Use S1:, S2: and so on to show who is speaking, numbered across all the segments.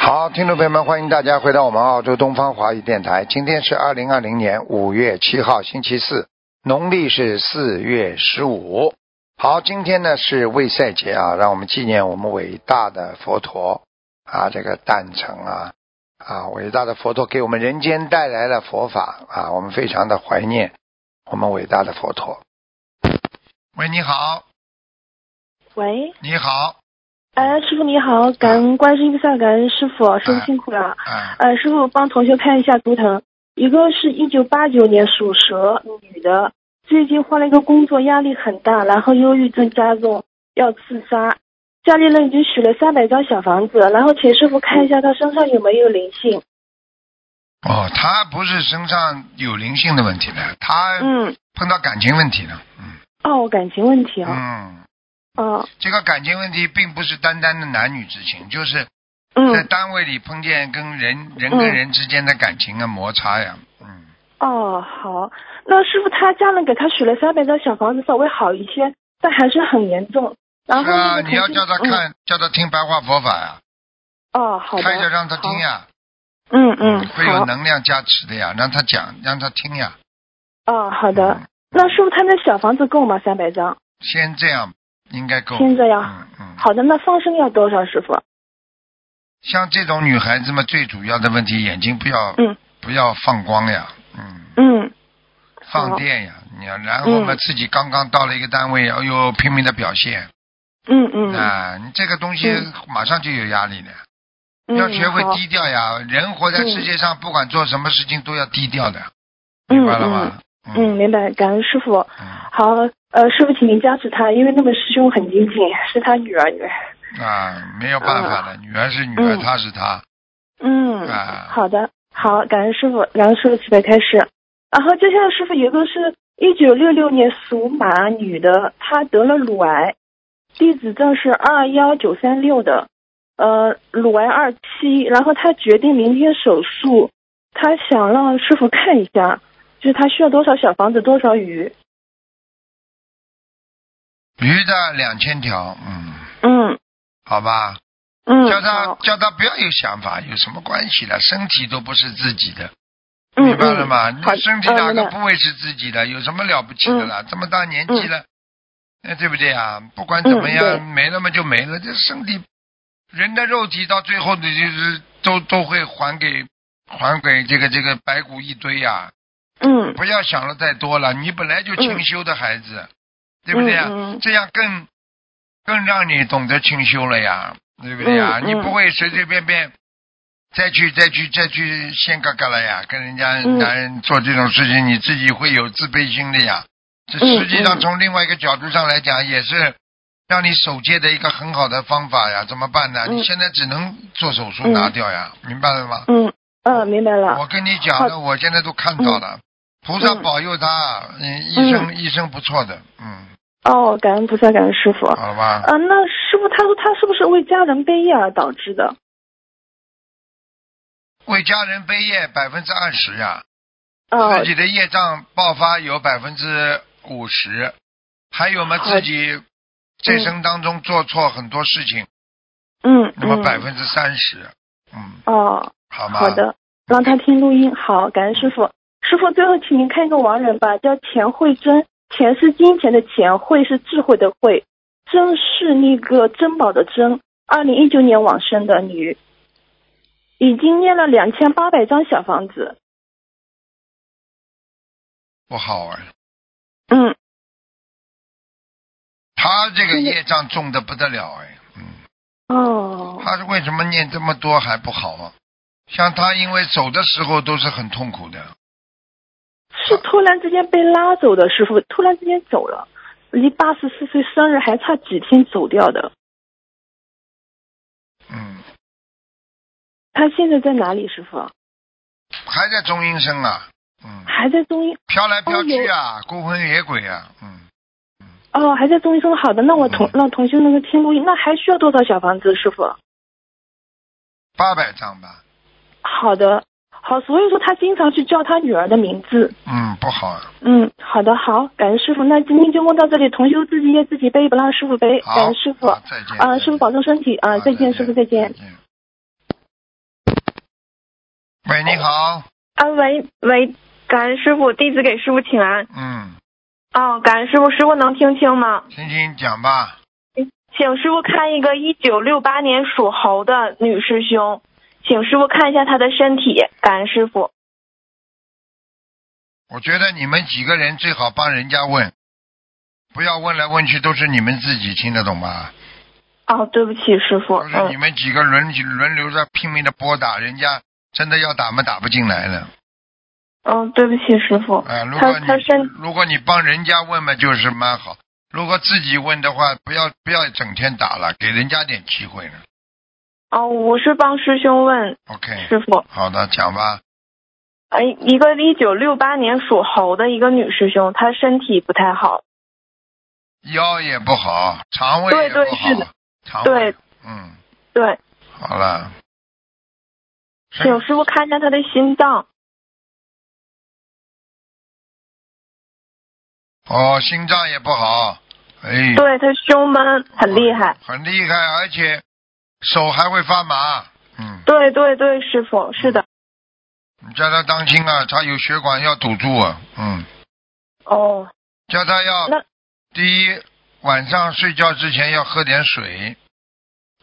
S1: 好，听众朋友们，欢迎大家回到我们澳洲东方华语电台。今天是二零二零年五月七号，星期四，农历是四月十五。好，今天呢是卫赛节啊，让我们纪念我们伟大的佛陀啊，这个诞辰啊啊，伟大的佛陀给我们人间带来了佛法啊，我们非常的怀念我们伟大的佛陀。喂，你好，
S2: 喂，
S1: 你好，
S2: 哎，师傅你好，感恩观世音菩萨，感恩师傅，师
S1: 哎
S2: 傅辛苦了。
S1: 啊，
S2: 呃，师傅帮同学看一下图腾，一个是一九八九年属蛇女的，最近换了一个工作，压力很大，然后忧郁症加重，要自杀。家里人已经许了三百张小房子，然后请师傅看一下她身上有没有灵性。
S1: 哦，他不是身上有灵性的问题了，他
S2: 嗯，
S1: 碰到感情问题了，嗯
S2: 哦，感情问题啊。
S1: 嗯，
S2: 哦，
S1: 这个感情问题并不是单单的男女之情，就是在
S2: 嗯，
S1: 单位里碰见跟人、人跟人之间的感情啊摩擦呀，嗯，
S2: 哦，好。那师傅他家人给他许了三百张小房子，稍微好一些，但还是很严重。然后那
S1: 啊，
S2: 个
S1: 你
S2: 同
S1: 要
S2: 学
S1: 叫他
S2: 嗯
S1: 看，叫他听白话佛法呀、
S2: 哦，好的，
S1: 开着让他
S2: 好
S1: 听。呀，
S2: 嗯嗯，
S1: 会有
S2: 好。
S1: 能量加持的呀，让他讲，让他听呀。
S2: 哦，好的
S1: 嗯。
S2: 那师傅他那小房子够吗？三百张。
S1: 先这样，应该够。
S2: 先这样
S1: 嗯嗯。
S2: 好的，那放生要多少，师傅？
S1: 像这种女孩子嘛，最主要的问题眼睛不要，
S2: 嗯
S1: 不要放光呀，嗯，
S2: 嗯，
S1: 放
S2: 好
S1: 电呀，你要然后嘛，
S2: 嗯
S1: 自己刚刚到了一个单位，哎呦，拼命的表现，
S2: 嗯嗯
S1: 啊，你这个东西
S2: 嗯
S1: 马上就有压力的，
S2: 嗯，
S1: 要学
S2: 好
S1: 会低调呀。人活在
S2: 嗯
S1: 世界上，不管做什么事情都要低调的，
S2: 嗯
S1: 明白了吗？
S2: 嗯，
S1: 嗯
S2: 明白，感恩师傅。
S1: 嗯
S2: 好，呃，师傅，请您加持他，因为那个师兄很精进，是他女儿。女儿
S1: 啊，没有办法的，女儿是女儿，
S2: 嗯
S1: 她是她，
S2: 嗯，
S1: 啊
S2: 好的，好，感恩师傅，感恩师傅，起备开始。然后接下来师傅有一个是一九六六年属马女的，她得了乳癌，地址证是二幺九三六的，呃，乳癌二期，然后她决定明天手术，她想让师傅看一下，就是她需要多少小房子，多少鱼。
S1: 鱼的两千条，嗯，
S2: 嗯
S1: 好吧，
S2: 嗯，
S1: 叫她
S2: 好，
S1: 叫她不要有想法，有什么关系的？身体都不是自己的，
S2: 嗯
S1: 明白了吗？
S2: 嗯、好
S1: 那身体哪
S2: 嗯明嗯
S1: 个
S2: 白
S1: 部位是自己的？有什么了不起的啦？这么大年纪了，那对不对啊？不管怎么样，
S2: 嗯嗯对
S1: 没了嘛就没了。这身体，人的肉体到最后的就是都都会还给还给这个这个白骨一堆啊呀、
S2: 嗯，
S1: 不要想的太多了，你本来就清修的孩子，对不对呀、
S2: 嗯嗯
S1: 这样更更让你懂得清修了呀，对不对呀？
S2: 嗯嗯
S1: 你不会随随便便再去再去再去先嘎嘎了呀，跟人家
S2: 嗯
S1: 男人做这种事情，你自己会有自卑心的呀。这
S2: 嗯
S1: 实际上
S2: 嗯
S1: 从另外一个角度上来讲，也是让你守戒的一个很好的方法呀。怎么办呢？
S2: 嗯
S1: 你现在只能做手术
S2: 嗯
S1: 拿掉呀，明白了吗？
S2: 嗯嗯，明白了。
S1: 我跟你讲了，
S2: 好嗯
S1: 我现在都看到了，菩萨保佑他，嗯，医生医生不错的，嗯，
S2: 哦，感恩菩萨，感恩师傅。
S1: 好了吧？
S2: 啊，那师傅他说他是不是为家人悲业而导致的？
S1: 为家人背业百分之二十呀，
S2: 啊
S1: 自，己的业障爆发有百分之五十，还有嘛
S2: 好
S1: 自己这生当中做错很多事情，
S2: 嗯，
S1: 那么
S2: 嗯
S1: 百分之三十，嗯，
S2: 哦，
S1: 好吗？
S2: 好。的，让他听录音。好，感恩师傅。师傅，最后请您看一个亡人吧，叫钱慧珍，钱是金钱的钱，慧是智慧的慧，珍是那个珍宝的珍。二零一九年往生的女，
S1: 嗯
S2: 已经念了两千八百张小房子。
S1: 不好啊，
S2: 嗯，
S1: 他这个
S2: 嗯
S1: 业障重的不得了哎，嗯。
S2: 哦，
S1: 他是为什么念这么多还不好啊？像他因为走的时候都是很痛苦的，
S2: 是突然之间被拉走的，师傅突然之间走了，离八十四岁生日还差几天走掉的。
S1: 嗯，
S2: 他现在在哪里，师傅？
S1: 还在中阴身啊，嗯，
S2: 还在中医
S1: 飘来飘去啊，孤魂野鬼啊，嗯，
S2: 哦，还在中医中。好的，那我同
S1: 嗯
S2: 让同修那个听录音，那还需要多少小房子，师傅？
S1: 八百张吧，
S2: 好的，好，所以说他经常去叫他女儿的名字。
S1: 嗯，不好啊，
S2: 嗯，好的，好，感恩师傅。那今天就问到这里，同修自己业自己背，不让师傅背。
S1: 好，
S2: 呃感恩师傅，
S1: 好再见
S2: 啊，师傅保重身体啊，
S1: 好
S2: 再见，师傅再见。
S1: 见喂，你好，
S2: 啊，喂喂，感恩师傅，弟子给师傅请安。
S1: 嗯，
S2: 哦，感恩师傅，师傅能听清吗？
S1: 听听讲吧，
S2: 请师傅看一个一九六八年属猴的女师兄，请师傅看一下她的身体。感恩师傅。
S1: 我觉得你们几个人最好帮人家问，不要问来问去都是你们自己，听得懂吗？
S2: 哦，对不起，师傅。
S1: 都是你
S2: 嗯，
S1: 们几个轮轮流着拼命的拨打，人家真的要打嘛打不进来了。
S2: 嗯，对不起，师傅。
S1: 啊，如
S2: 他
S1: 果你
S2: 他身
S1: 如果你帮人家问嘛，就是蛮好；如果自己问的话，不要不要整天打了，给人家点机会了。
S2: 哦，我是帮师兄问
S1: OK，
S2: 师傅。
S1: 好的，讲吧。
S2: 哎，一个一九六八年属猴的一个女师兄，她身体不太好。
S1: 腰也不好，肠胃
S2: 对
S1: 也不
S2: 对
S1: 好，
S2: 是的
S1: 肠胃
S2: 对，
S1: 嗯，
S2: 对，
S1: 好了。身
S2: 请师傅看一下她的心脏。
S1: 哦，心脏也不好，哎，
S2: 对，她胸闷很
S1: 哦
S2: 厉害。
S1: 很厉害，而且手还会发麻。嗯，
S2: 对对对，师傅是的。
S1: 你叫他当心啊，他有血管要堵住啊。嗯，
S2: 哦，
S1: 叫他要
S2: 那
S1: 第一晚上睡觉之前要喝点水，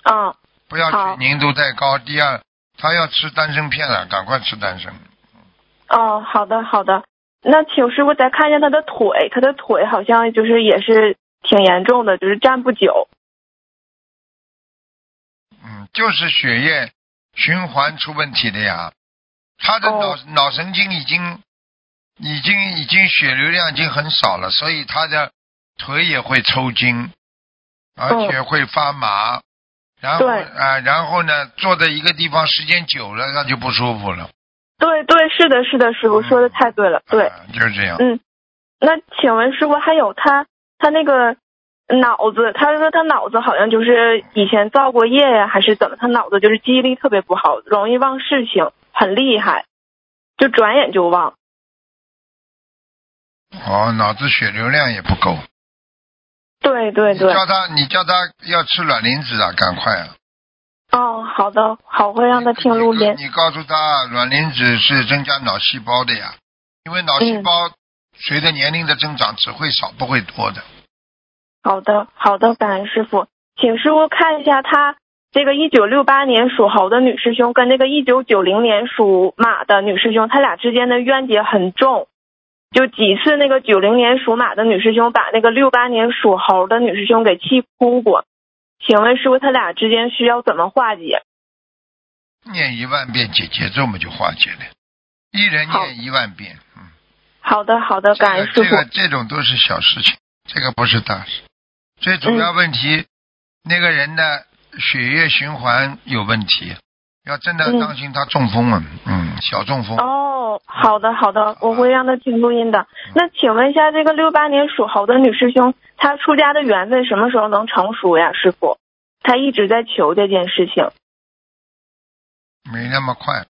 S2: 嗯，
S1: 不要
S2: 好
S1: 水凝度太高。第二，他要吃丹参片了，赶快吃丹参。
S2: 哦，好的好的。那请师傅再看一下他的腿，他的腿好像就是也是挺严重的，就是站不久。
S1: 嗯，就是血液循环出问题的呀。他的脑、
S2: 哦
S1: 脑神经已经已经已经血流量已经很少了，所以他的腿也会抽筋，而且会发麻。然后
S2: 哦对
S1: 啊、然后呢，坐在一个地方时间久了，那就不舒服了。
S2: 对对，是的是的，师
S1: 嗯
S2: 傅说的太对了。对，
S1: 啊就是这样。
S2: 嗯，那请问师傅还有他他那个嗯脑子，他说他脑子好像就是以前造过业呀，还是怎么？他脑子就是记忆力特别不好，容易忘事情，很厉害，就转眼就忘。
S1: 哦，脑子血流量也不够。
S2: 对对对。
S1: 你叫他，你叫他要吃卵磷脂啊，赶快啊！
S2: 哦，好的，好，会让他听录音。
S1: 你告诉他，卵磷脂是增加脑细胞的呀，因为脑细
S2: 嗯
S1: 胞随着年龄的增长只会少不会多的。
S2: 好的，好的，感恩师傅，请师傅看一下他这个一九六八年属猴的女师兄跟这个一九九零年属马的女师兄，他俩之间的冤结很重。就几次那个九零年属马的女师兄把那个六八年属猴的女师兄给气哭过，请问师傅他俩之间需要怎么化解？
S1: 念一万遍解节奏嘛就化解了，一人念一万遍，嗯，
S2: 好的，好的，
S1: 这
S2: 感
S1: 个
S2: 恩师
S1: 这
S2: 傅
S1: 个。这种都是小事情，这个不是大事。最主要问题，那个人的血液循环有问题，要真的
S2: 嗯
S1: 当心他中风啊，嗯，小中风。
S2: 哦，好的好的，我会让他听录音的。那请问一下，这个六八年属猴的女师兄，她出家的缘分什么时候能成熟呀？师傅，她一直在求这件事情。
S1: 没那么快，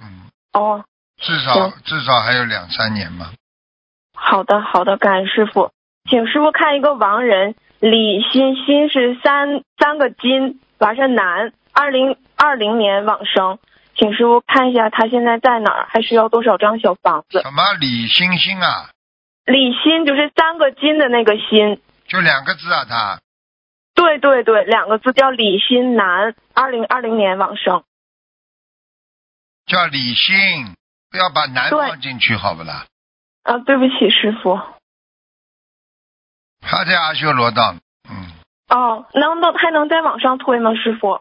S1: 嗯，
S2: 哦，
S1: 至少至少还有两三年吧。
S2: 好的好的，感恩师傅，请师傅看一个亡人李欣，欣是三三个金，完是男，二零二零年往生，请师傅看一下他现在在哪儿，还需要多少张小房子？
S1: 什么李星星啊？
S2: 李欣就是三个金的那个欣。
S1: 就两个字啊，他
S2: 对对对，两个字叫李新南，二零二零年往生。
S1: 叫李星，不要把男
S2: 对
S1: 放进去，好不啦？
S2: 啊，对不起，师傅。
S1: 他在阿修罗道，嗯，
S2: 哦，能能还能再往上推吗，师傅？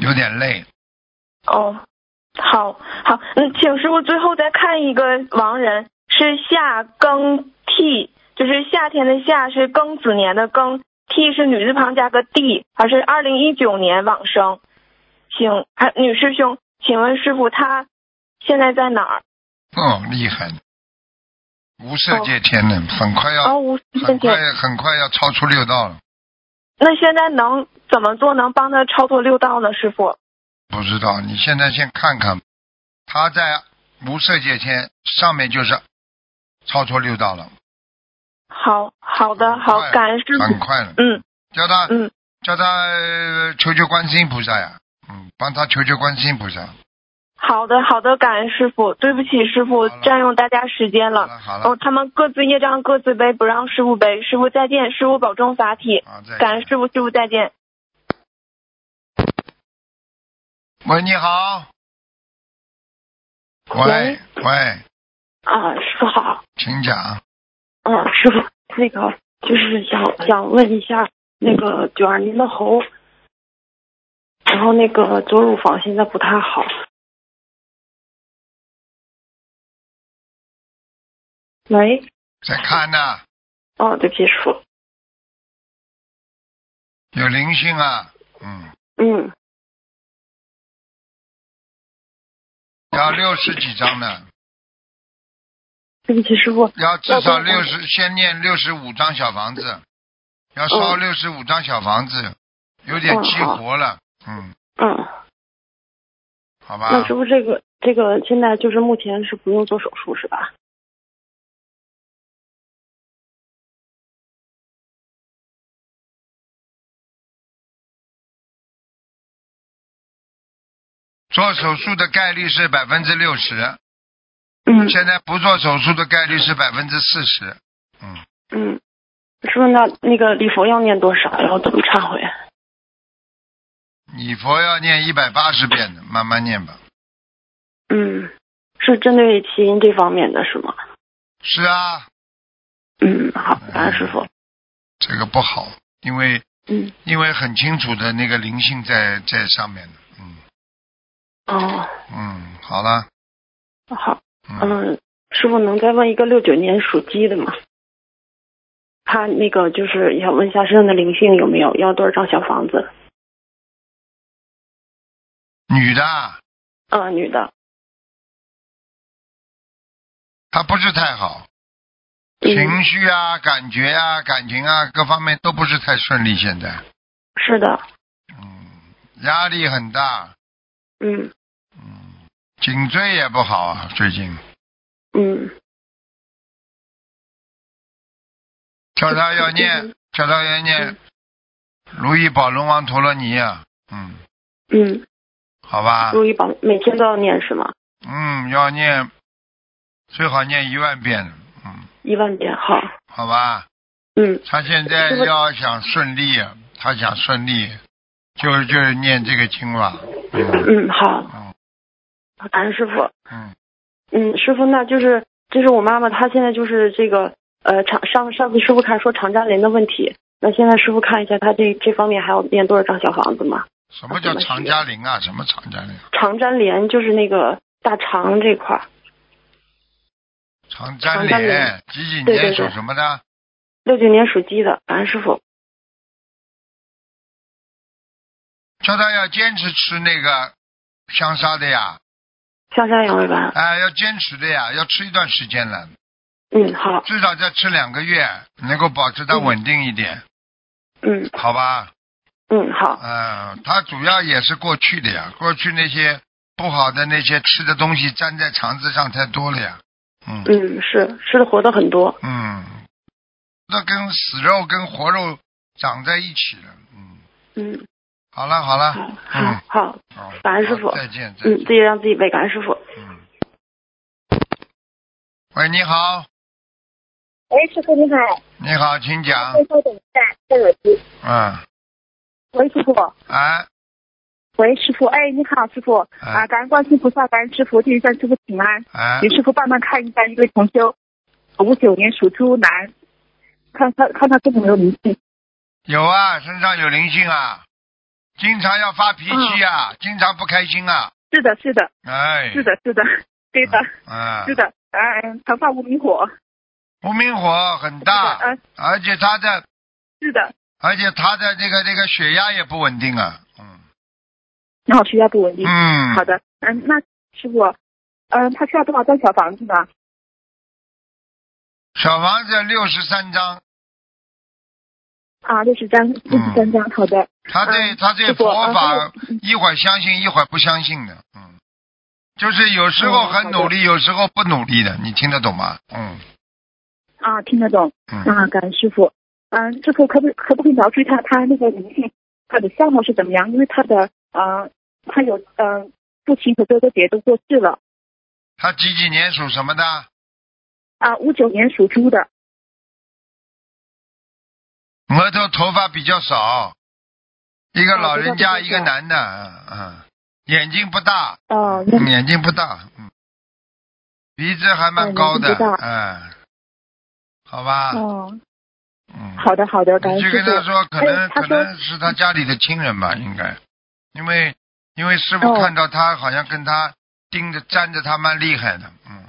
S1: 有点累。
S2: 哦，好好，嗯，请师傅最后再看一个亡人，是夏庚替，就是夏天的夏是庚子年的庚，替是女字旁加个地，而是二零一九年往生。请，啊，女师兄，请问师傅他现在在哪儿？
S1: 哦，厉害了，无色界天呢，很快要、
S2: 哦，无师
S1: 很
S2: 先见。
S1: 快很快要超出六道了，
S2: 那现在能怎么做能帮他超脱六道呢，师傅？
S1: 不知道你现在先看看，他在无色界天上面就是超出六道了，
S2: 好好的，好
S1: 很快，
S2: 感恩师
S1: 很
S2: 傅。
S1: 快了，
S2: 嗯
S1: 叫他
S2: 嗯，
S1: 叫他呃求求观世音菩萨呀，嗯，帮他求求观世音菩萨。
S3: 好的，好的，感恩师傅，对不起师
S1: 好
S3: 傅，
S1: 了
S3: 占用大家时间
S1: 好
S3: 了。
S1: 了好了，
S3: 哦，他们各自业障各自背，不让师傅背。师傅再见，师傅保重法体。
S1: 啊，再见
S3: 感恩师傅，师傅再见。
S1: 喂，你好。喂
S3: 喂
S1: 喂，
S2: 啊，师傅好，
S1: 请讲。
S2: 嗯，师傅，那个就是想想问一下那个九二年的猴，然后那个左乳房现在不太好，喂，
S1: 在看呢、
S2: 哦，对不起，师傅，
S1: 有灵性啊，嗯，
S2: 嗯，
S1: 要六十几张呢，
S2: 对不起，师傅，
S1: 要至少
S2: 要多
S1: 六
S2: 少
S1: 十，先念六十五张小房子，要烧
S2: 嗯
S1: 六十五张小房子，有点
S2: 嗯
S1: 激
S2: 好
S1: 活了，嗯，
S2: 嗯，
S1: 好吧，
S2: 那师傅这个这个现在就是目前是不用做手术是吧？
S1: 做手术的概率是百分之六十，
S2: 嗯
S1: 现在不做手术的概率是百分之四十，嗯，
S2: 嗯，师傅，那那个礼佛要念多少？然后怎么忏悔？
S1: 你佛要念一百八十遍的，慢慢念吧。
S2: 嗯，是针对起因这方面的是吗？
S1: 是啊，
S2: 嗯，好，感恩师傅。
S1: 这个不好，因为
S2: 嗯，
S1: 因为很清楚的那个灵性在在上面的，嗯
S2: 哦，
S1: 嗯，好了，
S2: 好，
S1: 嗯，
S2: 嗯，师傅能再问一个六九年属鸡的吗？他那个就是想问一下身上的灵性有没有，要多少张小房子？
S1: 女的啊
S2: 啊、女的。
S1: 她不是太好，
S2: 嗯，
S1: 情绪啊、感觉啊、感情啊各方面都不是太顺利，现在，
S2: 是的，
S1: 嗯，压力很大，
S2: 嗯
S1: 嗯，颈椎也不好啊，最近，
S2: 嗯
S1: 叫她要念
S2: 嗯，
S1: 叫她要念《如意宝龙王陀罗尼》啊，嗯，
S2: 嗯，
S1: 好吧，
S2: 如意宝每天都要念是吗？
S1: 嗯，要念，最好念一万遍，嗯，
S2: 一万遍，好，
S1: 好吧。
S2: 嗯
S1: 他现在
S2: 师傅
S1: 要想顺利，啊，他想顺利，就就是念这个经吧。嗯
S2: 嗯，好，
S1: 嗯
S2: 感恩师傅。
S1: 嗯，
S2: 嗯，师傅，那就是就是我妈妈，她现在就是这个呃长上上次师傅看说肠粘连的问题，那现在师傅看一下她这这方面还要念多少张小房子吗？
S1: 什么叫常嘉玲啊？什么常嘉玲？
S2: 肠粘连就是那个大肠这块儿，
S1: 常粘
S2: 常沾
S1: 连
S2: 脸，
S1: 几几
S2: 对对
S1: 年属
S2: 对
S1: 什么的？
S2: 六九年属鸡的，感恩师傅。
S1: 叫他要坚持吃那个香砂的呀，
S2: 香山羊肉丸，
S1: 哎，要坚持的呀，要吃一段时间了，
S2: 嗯，好，
S1: 至少再吃两个月，能够保持它
S2: 嗯
S1: 稳定一点，
S2: 嗯
S1: 好吧？
S2: 嗯，好，
S1: 嗯，他主要也是过去的呀，过去那些不好的那些吃的东西粘在肠子上太多了呀。嗯
S2: 嗯，是吃的活的很多，
S1: 嗯，那跟死肉跟活肉长在一起了。嗯，
S2: 嗯，
S1: 好了好了
S2: 好，，
S1: 嗯
S2: 好，，好，
S1: 好，
S2: 感恩师傅
S1: 好再见再
S2: 嗯，
S1: 见
S2: 自己让自己背，感恩师傅。
S1: 嗯。喂，你好，
S4: 喂，师傅你好，
S1: 你好，请讲。
S4: 稍等一下，戴耳机。
S1: 嗯，
S4: 哎喂，师傅，
S1: 哎，
S4: 喂，师傅，哎，你好，师傅啊，
S1: 哎，
S4: 感恩观世音菩萨，感恩师傅，弟子向师傅请安，
S1: 哎
S4: 请，师傅帮忙看一下一位同修，五九年属猪男，看他看他身上有没有灵性，
S1: 有啊，身上有灵性啊，经常要发脾气啊，经常不开心啊，
S4: 是的，是的，
S1: 哎，
S4: 嗯是的，是的，对的，
S1: 啊，
S4: 是的，嗯，头发无名火，
S1: 无名火很
S4: 是的
S1: 大
S4: 嗯，
S1: 而且他的，
S4: 是的，
S1: 而且他的这个这个血压也不稳定啊，嗯
S4: 然后血压不稳定，
S1: 嗯，
S4: 好，的，嗯，那师傅，嗯，他需要多少张小房子呢？
S1: 小房子六十三张，
S4: 啊，六十张，六十三张，好的，
S1: 他对
S4: 嗯
S1: 他对
S4: 师傅
S1: 佛
S4: 呃
S2: 啊
S1: 法
S4: 还有
S1: 一会儿相信一会儿不相信的，嗯，就是有时候
S4: 嗯
S1: 很努力，有时候不努力的，你听得懂吗？嗯
S4: 啊，听得懂，
S1: 嗯，
S4: 啊，感恩师傅。嗯，师傅可不可不可以描述一下他那个灵性
S2: 他的相貌是怎么样，因为他的呃，他有呃父亲和哥哥姐都过世了
S1: 他几几年属什么的？
S2: 啊，五九年属猪的，
S1: 额头头发比较少，一个
S2: 啊
S1: 老人家，
S2: 头发比较
S1: 一个
S2: 少
S1: 男的，嗯嗯，眼睛不大，
S2: 哦，那
S1: 嗯眼睛不大，嗯，鼻子还蛮
S2: 嗯
S1: 高的
S2: 眼睛不，
S1: 嗯，好吧，
S2: 哦，
S1: 嗯，
S2: 好的好的，感
S1: 你
S2: 恩
S1: 去
S2: 师
S1: 跟
S2: 傅。
S1: 他说，可
S2: 哎
S1: 能
S2: 他
S1: 可
S2: 说
S1: 能是他家里的亲人吧，应该，因为因为师傅
S2: 哦
S1: 看到他好像跟他盯着粘着他蛮厉害的，嗯，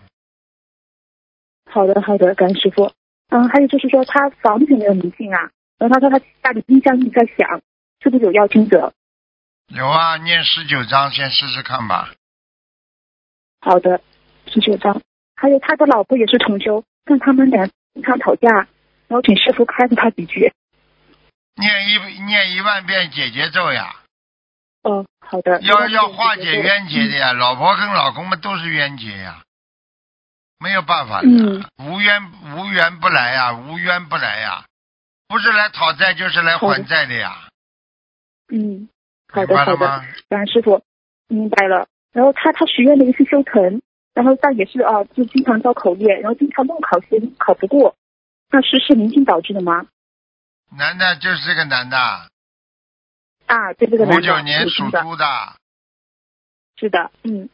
S2: 好的，好的，感恩师傅。嗯，还有就是说他房子有没有灵性啊？然后他说他家里冰箱一直在响，是不是有要经者？
S1: 有啊，念十九章先试试看吧，
S2: 好的，十九张。还有他的老婆也是同修，但他们俩经常吵架，然后请师傅开导他几句。
S1: 念一念一万遍解结咒呀，
S2: 哦，好的。
S1: 要
S2: 那
S1: 要
S2: 就
S1: 化解冤结的呀，
S2: 嗯
S1: 老婆跟老公们都是冤结呀，没有办法的呀，
S2: 嗯
S1: 无冤无缘不来呀，无冤不来呀，不是来讨债就是来
S2: 好的
S1: 还债的呀，
S2: 嗯，好
S1: 明
S2: 的
S1: 白
S2: 好
S1: 了
S2: 的，
S1: 吗？
S2: 感恩师傅，明白了。然后他他许愿了一次修腾，然后但也是啊，就经常造口业，然后经常梦考试考不过，那是是灵性导致的吗？
S1: 男的就是这个男的，
S2: 啊，对这个男
S1: 五
S2: 的，
S1: 九年
S2: 是
S1: 属
S2: 的，
S1: 猪的，
S2: 是的，嗯，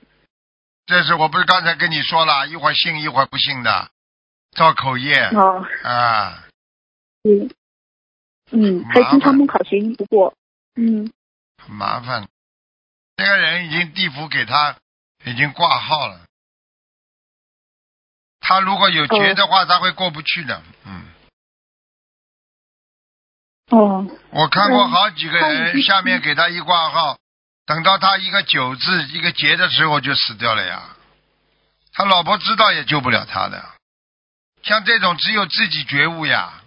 S1: 这是我不是刚才跟你说了，一会儿信一会儿不信的，造口业
S2: 哦，
S1: 啊，
S2: 嗯，嗯，还经常梦考学音不过，嗯，
S1: 很麻烦。这个人已经地府给他已经挂号了，他如果有劫的话，他会过不去的。嗯，
S2: 哦，
S1: 我看过好几个
S2: 嗯他已
S1: 人，
S2: 经
S1: 下面给他一挂号，等到他一个九字一个劫的时候就死掉了呀。他老婆知道也救不了他的，像这种只有自己觉悟呀。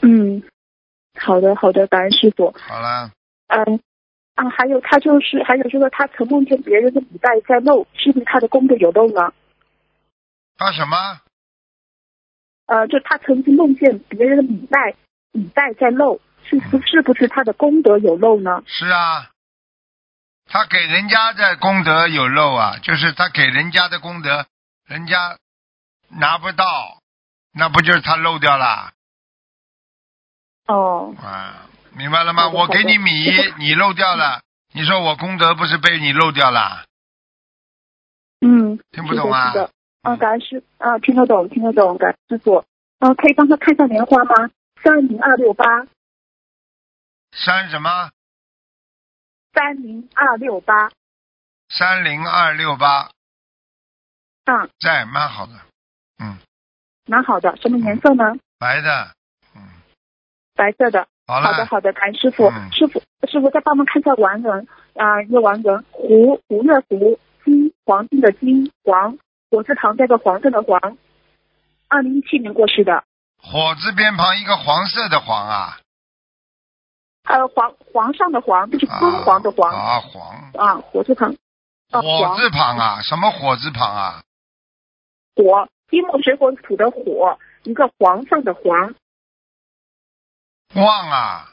S2: 嗯，好的好的，感恩师傅，
S1: 好了，
S2: 嗯，啊，还有他就是还有就是他曾梦见别人的礼拜在漏，是不是他的功德有漏呢？
S1: 他什么？
S2: 呃，就他曾经梦见别人的米袋米袋在漏，是
S1: 嗯
S2: 不是不是他的功德有漏呢？
S1: 是啊，他给人家的功德有漏啊，就是他给人家的功德，人家拿不到，那不就是他漏掉了
S2: 哦，
S1: 啊？明白了吗？
S2: 好的
S1: 我给你
S2: 好的
S1: 米，你漏掉了，你说我功德不是被你漏掉了？
S2: 嗯，
S1: 听不懂啊
S2: 是的，是的啊，感恩师啊，听得懂，听得懂，感恩师傅。啊，可以帮他看一下莲花吗？三零二六八，
S1: 三什么
S2: 三零二六八，
S1: 三零二六八
S2: 啊，
S1: 在，蛮好的，嗯
S2: 蛮好的。什么颜色呢？
S1: 白的。嗯
S2: 白色的。
S1: 好
S2: 好的，
S1: 了，
S2: 好的，感恩师傅。
S1: 嗯
S2: 师傅，师傅再帮忙看一下王文啊，一个王文，胡胡月胡，金黄金的金，黄火字旁加个黄色的黄，二零一七年过世的。
S1: 火字边旁一个黄色的黄啊，
S2: 呃，皇皇上的皇就是
S1: 啊
S2: 敦煌的皇啊
S1: 啊黄，
S2: 火字旁，啊
S1: 火
S2: 皇
S1: 字旁啊，什么火字旁啊？
S2: 火，金木水火土的火，一个皇上的皇，
S1: 旺啊，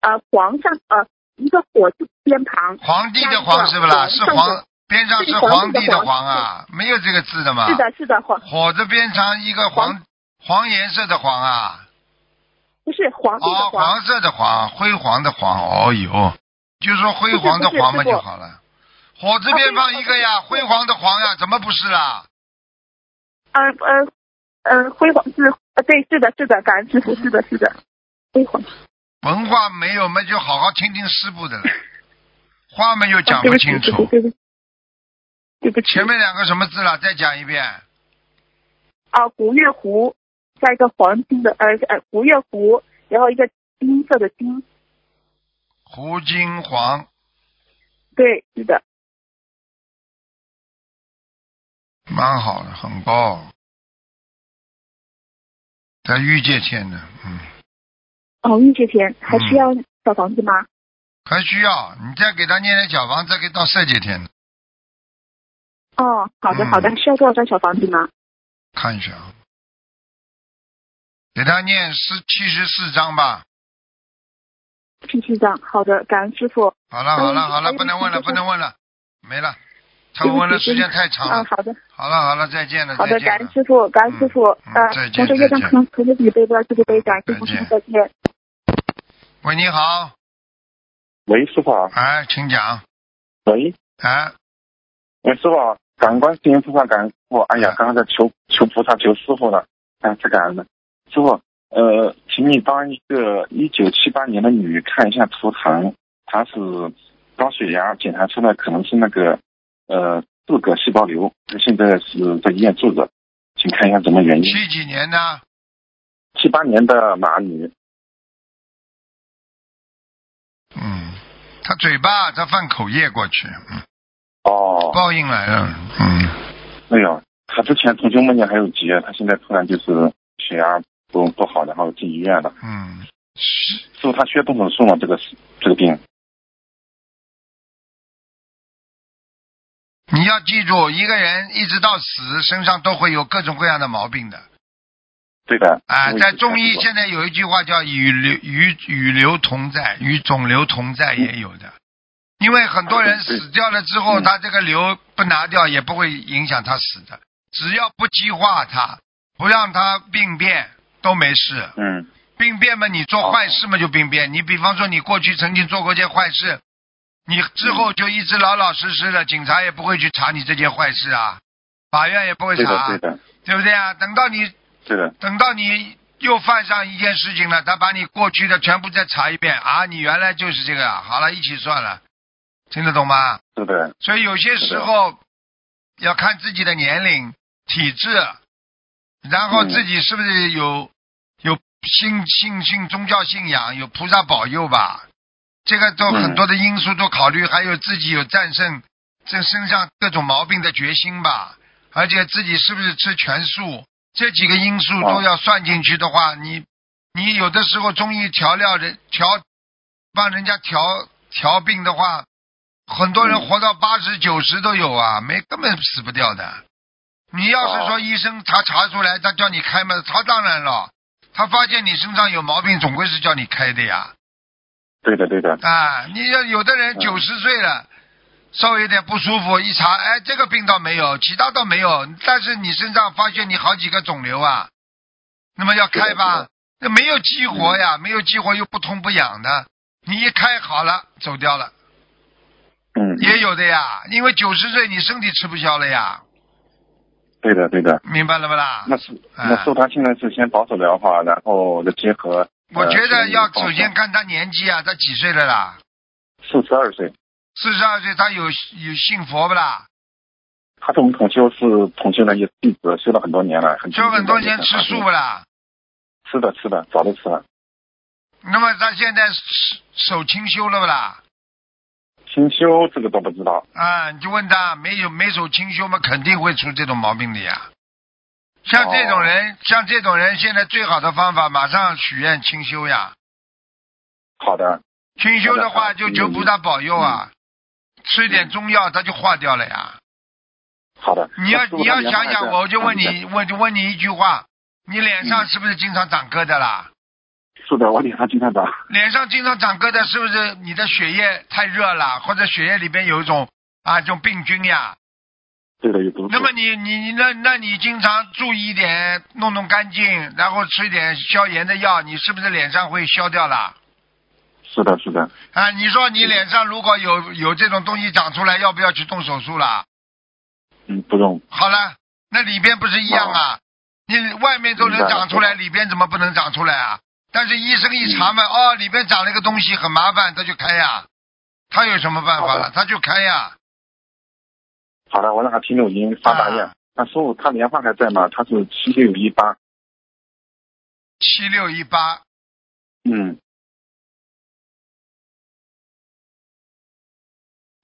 S2: 呃，皇上呃，一个火字边旁，
S1: 皇帝的皇是不啦？
S2: 皇
S1: 是
S2: 上的
S1: 皇边上是
S2: 是皇帝
S1: 帝
S2: 的
S1: 的
S2: 皇
S1: 皇啊，没有这个字的嘛。
S2: 是。的，是的，皇
S1: 火字边上一个黄黄颜色的黄啊，
S2: 不是皇帝
S1: 哦
S2: 的，皇，
S1: 黄色的黄，辉煌的黄，哦哟，就说辉煌的黄嘛
S2: 不是不是啊
S1: 就好了。火字边放一个呀，辉煌的黄啊呀，怎么不是啦？
S2: 呃呃呃，辉煌是，呃对，是的，是的，感恩师傅，是的，是的，辉煌，
S1: 文化没有嘛，就好好听听师傅的了，话嘛又
S2: 啊
S1: 讲
S2: 对
S1: 不
S2: 不起，
S1: 清楚
S2: 对不起，。对不起，对不起，
S1: 前面两个什么字啦？再讲一遍。
S2: 啊，古月湖，加一个黄金的，呃呃，古月湖，然后一个金色的金，
S1: 胡金黄，
S2: 对，是的。
S1: 蛮好的，很高，在御界天的，嗯，
S2: 哦，玉界天还需要小房子吗？
S1: 还需要你再给他念点小房，再给到色界天的，
S2: 哦，好的
S1: 嗯
S2: 好的，需要多少张小房子吗？
S1: 看一下，啊，给他念四七十四章吧，
S5: 脾气脏。好的，感恩师傅。
S1: 好了
S5: 哎
S1: 好了好了，
S5: 哎
S1: 不能问了不能问了，没了，他
S5: 对不起
S1: 问的时
S5: 对
S1: 间
S5: 不
S1: 太长
S5: 啊，
S1: 了。
S5: 好的，
S1: 好了好了，再见了
S5: 好的
S1: 再，
S5: 感
S1: 见
S5: 恩
S1: 了。
S5: 师傅，感恩师傅。
S1: 嗯
S5: 呃
S1: 再，见
S5: 同学业
S1: 再
S5: 障
S1: 见
S5: 可能同学自己背，不要自己背，感恩师傅，
S1: 再
S5: 师
S1: 见
S5: 傅再见。
S1: 喂，你好，
S6: 喂，师傅啊，
S1: 哎，请讲，
S6: 喂，
S1: 哎，
S6: 喂，师傅啊，感恩观世音菩萨，感恩师傅。哎呀，刚刚在求求菩萨，求师傅了，哎，太感恩了。师傅，呃，请你帮一个一九七八年的女看一下图腾，她是高血压，检查出来可能是那个呃四个细胞瘤，她现在是在医院住着，请看一下什么
S5: 嗯
S6: 原因。
S1: 七几年的，
S6: 七八年的马女，
S1: 嗯，他嘴巴他犯口业过去，嗯，
S6: 哦，
S1: 报应来了，嗯，
S6: 哎呦，她之前同修梦见还有劫，她现在突然就是血压不不好，然后进医院了。
S1: 嗯，
S6: 师傅，他需要动手术吗？这个这个病？
S1: 你要记住，一个人一直到死，身上都会有各种各样的毛病的。
S6: 对的。
S1: 啊，
S6: 我也
S1: 在
S6: 是
S1: 中医
S6: 看
S1: 现在有一句话叫与流与与流同在，与肿瘤同在也有的。因为很多人
S6: 啊对
S1: 死掉了之后，
S6: 嗯
S1: 他这个瘤不拿掉也不会影响他死的，只要不激化它，不让它病变都没事。
S6: 过嗯
S1: 病变嘛，你做坏事嘛就病变。你比方说你过去曾经做过件坏事，你之后就一直老老实实的，警察也不会去查你这件坏事啊，法院也不会
S6: 对的
S1: 查，
S6: 对的
S1: 对不对啊？等到你
S6: 对的
S1: 等到你又犯上一件事情了，他把你过去的全部再查一遍啊，你原来就是这个啊，好了，一起算了，听得懂吗？
S6: 对的
S1: 所以有些时候要看自己的年龄、体质，然后自己是不是有、有信信信宗教信仰，有菩萨保佑吧，这个都
S6: 嗯
S1: 很多的因素都考虑，还有自己有战胜这身上各种毛病的决心吧，而且自己是不是吃全素，这几个因素都要算进去的话，你你有的时候中医调料人调帮人家调调病的话，很多人
S6: 嗯
S1: 活到八十九十都有啊，没根本死不掉的。你要是说
S6: 哦
S1: 医生他查出来，他叫你开嘛，他当然了，他发现你身上有毛病，总归是叫你开的呀。
S6: 对的对的
S1: 啊，你要有的人
S6: 嗯
S1: 九十岁了，稍微有点不舒服，一查，哎，这个病倒没有，其他倒没有，但是你身上发现你好几个肿瘤啊，那么要开
S6: 是的是
S1: 吧
S6: 的？
S1: 那没有激活呀，没有激活又不痛不痒的，你一开好了，走掉了，
S6: 嗯
S1: 也有的呀，因为九十岁你身体吃不消了呀，
S6: 对的对的。
S1: 明白了不啦？
S6: 那是
S1: 哎
S6: 那说他现在是先保守疗法，然后再结合。
S1: 我觉得要首
S6: 首
S1: 先
S6: 先
S1: 看他年纪啊，他几岁了啦？
S6: 四十二岁，
S1: 四十二岁，他有有信佛不啦？
S6: 他是我们同修是同修的一弟子，修了很多年了，很
S1: 就很多年吃素不
S6: 了。
S1: 啦？
S6: 吃的吃的，早都吃了。
S1: 那么他现在手手清修了不啦？
S6: 清修这个都不知道，
S1: 啊，你就问他没有没手清修嘛，肯定会出这种毛病的呀。像这种
S6: 哦
S1: 人，像这种人，现在最好的方法马上许愿清修呀。
S6: 好的，
S1: 清修的话
S6: 好的嗯
S1: 就求菩萨保佑啊，吃一点中药它就化掉了呀。
S6: 嗯好的。嗯
S1: 你要
S6: 那师
S1: 你
S6: 傅他
S1: 要
S6: 原
S1: 想
S6: 来
S1: 想，
S6: 在
S1: 我就问
S6: 看
S1: 你，我就问你一句话，你脸上
S6: 嗯
S1: 是不是经常长疙瘩啦？
S6: 是的，我脸上经常长。
S1: 脸上经常长疙瘩，是不是你的血液太热了，或者血液里边有一种啊这种病菌呀？
S6: 对的，有毒素。
S1: 那么你你你那那你经常注意一点，弄弄干净，然后吃一点消炎的药，你是不是脸上会消掉了？
S6: 是的，是的，
S1: 啊，你说
S6: 嗯
S1: 你脸上如果有有这种东西长出来，要不要去动手术啦？
S6: 嗯，不用，
S1: 好了，那里边不是一样啊？你外面都能长出来，
S6: 哦明白了
S1: 里边怎么不能长出来啊？但是医生一查嘛，
S6: 嗯
S1: 哦，里边长了一个东西，很麻烦，他就开呀。他有什么办法
S6: 好
S1: 了
S6: 的？
S1: 他就开呀。
S6: 好的，我让他听录音发大愿
S1: 啊。
S6: 那师傅，他莲花还在吗？他是七六一八。
S1: 七六一八，
S6: 嗯，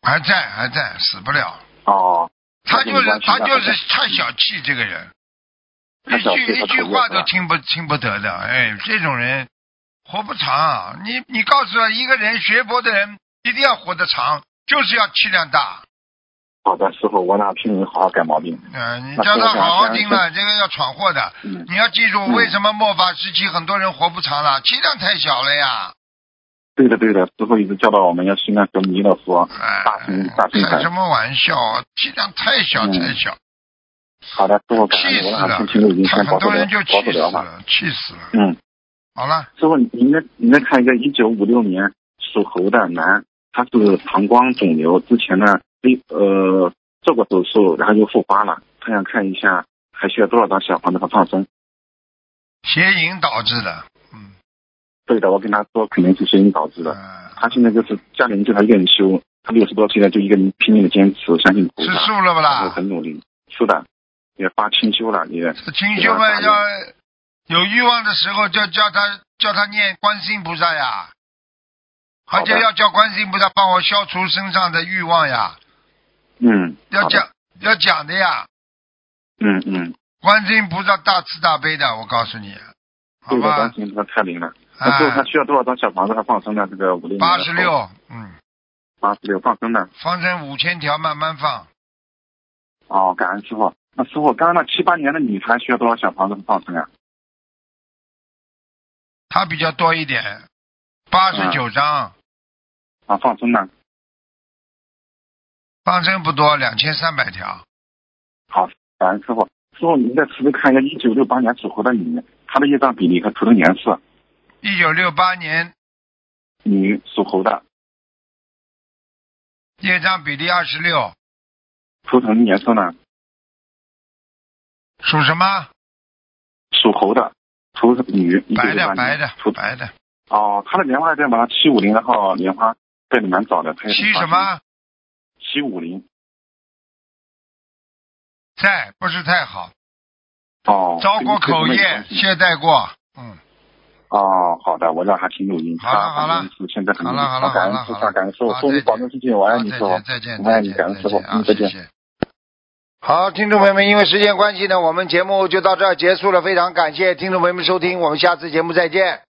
S1: 还在，还在，死不了。
S6: 哦，
S1: 他
S6: 那
S1: 就是
S6: 没关系
S1: 他
S6: 那
S1: 就是
S6: 好
S1: 太小气，这个人，
S6: 太
S1: 一
S6: 小
S1: 句
S6: 气他
S1: 一句
S6: 讨厌
S1: 话
S6: 是
S1: 都
S6: 吧
S1: 听不听不得的。哎，这种人活不长、你你告诉我，一个人学佛的人一定要活得长，就是要气量大。
S6: 好的，师傅，我让他听录音好好改毛病。
S1: 嗯、你叫他好好听了，这个要闯祸的。
S6: 嗯，
S1: 你要记住，
S6: 嗯
S1: 为什么末法时期很多人活不长了？气量太小了呀。
S6: 对的对的，师傅一直教导我们要尽量和弥勒佛
S1: 哎
S6: 大乘大乘
S1: 开
S6: 禅
S1: 什。么玩笑？啊气量太小
S6: 嗯
S1: 太小，
S6: 好的，师傅，感
S1: 气
S6: 恩
S1: 死
S6: 我
S1: 了
S6: 俩星期六已经，
S1: 他
S6: 先保
S1: 很
S6: 守
S1: 多
S6: 了
S1: 人就，
S6: 保
S1: 气
S6: 守
S1: 死
S6: 疗法。
S1: 了，气死了。
S6: 嗯，
S1: 好了，
S6: 师傅，您再您再看一个一九五六年属猴的男，他是膀胱肿瘤，之前呢，被呃做过手术，然后又复发了，他想看一下还需要多少张小房子和放生。
S1: 邪淫导致的，嗯，
S6: 对的，我跟他说肯定是声音导致的。
S1: 嗯
S6: 他现在就是家里人就他一个人修，他六十多岁了就一个人拼命的坚持，相信菩
S1: 吃
S6: 萨，
S1: 素了不
S6: 然后
S1: 啦？
S6: 很努力。是的，也发清修了，也
S1: 这清修嘛，要有欲望的时候就叫他叫他念观世音菩萨呀，而且
S6: 好的
S1: 要叫观世音菩萨帮我消除身上的欲望呀，
S6: 嗯，
S1: 要
S6: 好的
S1: 讲要讲的呀，
S6: 嗯嗯，
S1: 观世音菩萨大慈大悲的，我告诉你，好
S6: 对的，
S1: 吧
S6: 当，时他太灵了。那最后
S1: 啊
S6: 他，需要多少张小房子来放生呢？这个五六
S1: 八十，六，嗯，
S6: 哦八十六放生呢？
S1: 方针五千条慢慢放，
S6: 哦，感恩师傅。那师傅，刚刚那七八年的女孩需要多少小房子放生啊？
S1: 它比较多一点，八十
S6: 嗯
S1: 九张，
S6: 啊，放生呢？
S1: 方针不多，两千三百条，
S6: 感恩师傅。师傅，您再慈悲看一下一九六八年属猴的女，她的业障比例和图腾颜色，
S1: 一九六八年
S6: 女属猴的，
S1: 业障比例二十六，
S6: 图腾颜色呢？
S1: 属什么？
S6: 属猴的，图腾女，一九
S1: 白
S6: 六
S1: 的
S6: 八
S1: 白
S6: 年，
S1: 的
S6: 图
S1: 白的，
S6: 哦，她的莲花在把它七五零，然后莲花带的蛮早的，她也
S1: 七什？么
S6: 七五零，
S1: 在不是太好，
S6: 哦，
S1: 遭过口
S6: 跟这个没
S1: 业
S6: 关，系
S1: 懈怠过，嗯，
S6: 哦，好的，我让他听录音。
S1: 好了
S6: 他
S1: 好了
S6: 反正是现在很
S1: 好了好了
S6: 感
S1: 好了
S6: 恩菩
S1: 好了
S6: 萨，感恩师傅，
S1: 好
S6: 祝
S1: 再
S6: 你
S1: 见
S6: 保重身体，我爱
S1: 好
S6: 你，师
S1: 再见。
S6: 傅
S1: 再见
S6: 我爱
S1: 再
S6: 你
S1: 见
S6: 感恩
S1: 再
S6: 师傅
S1: 见啊
S6: 嗯再
S1: 谢
S6: 见
S1: 谢。好，听众朋友们，因为时间关系呢，我们节目就到这儿结束了。非常感谢听众朋友们收听，我们下次节目再见。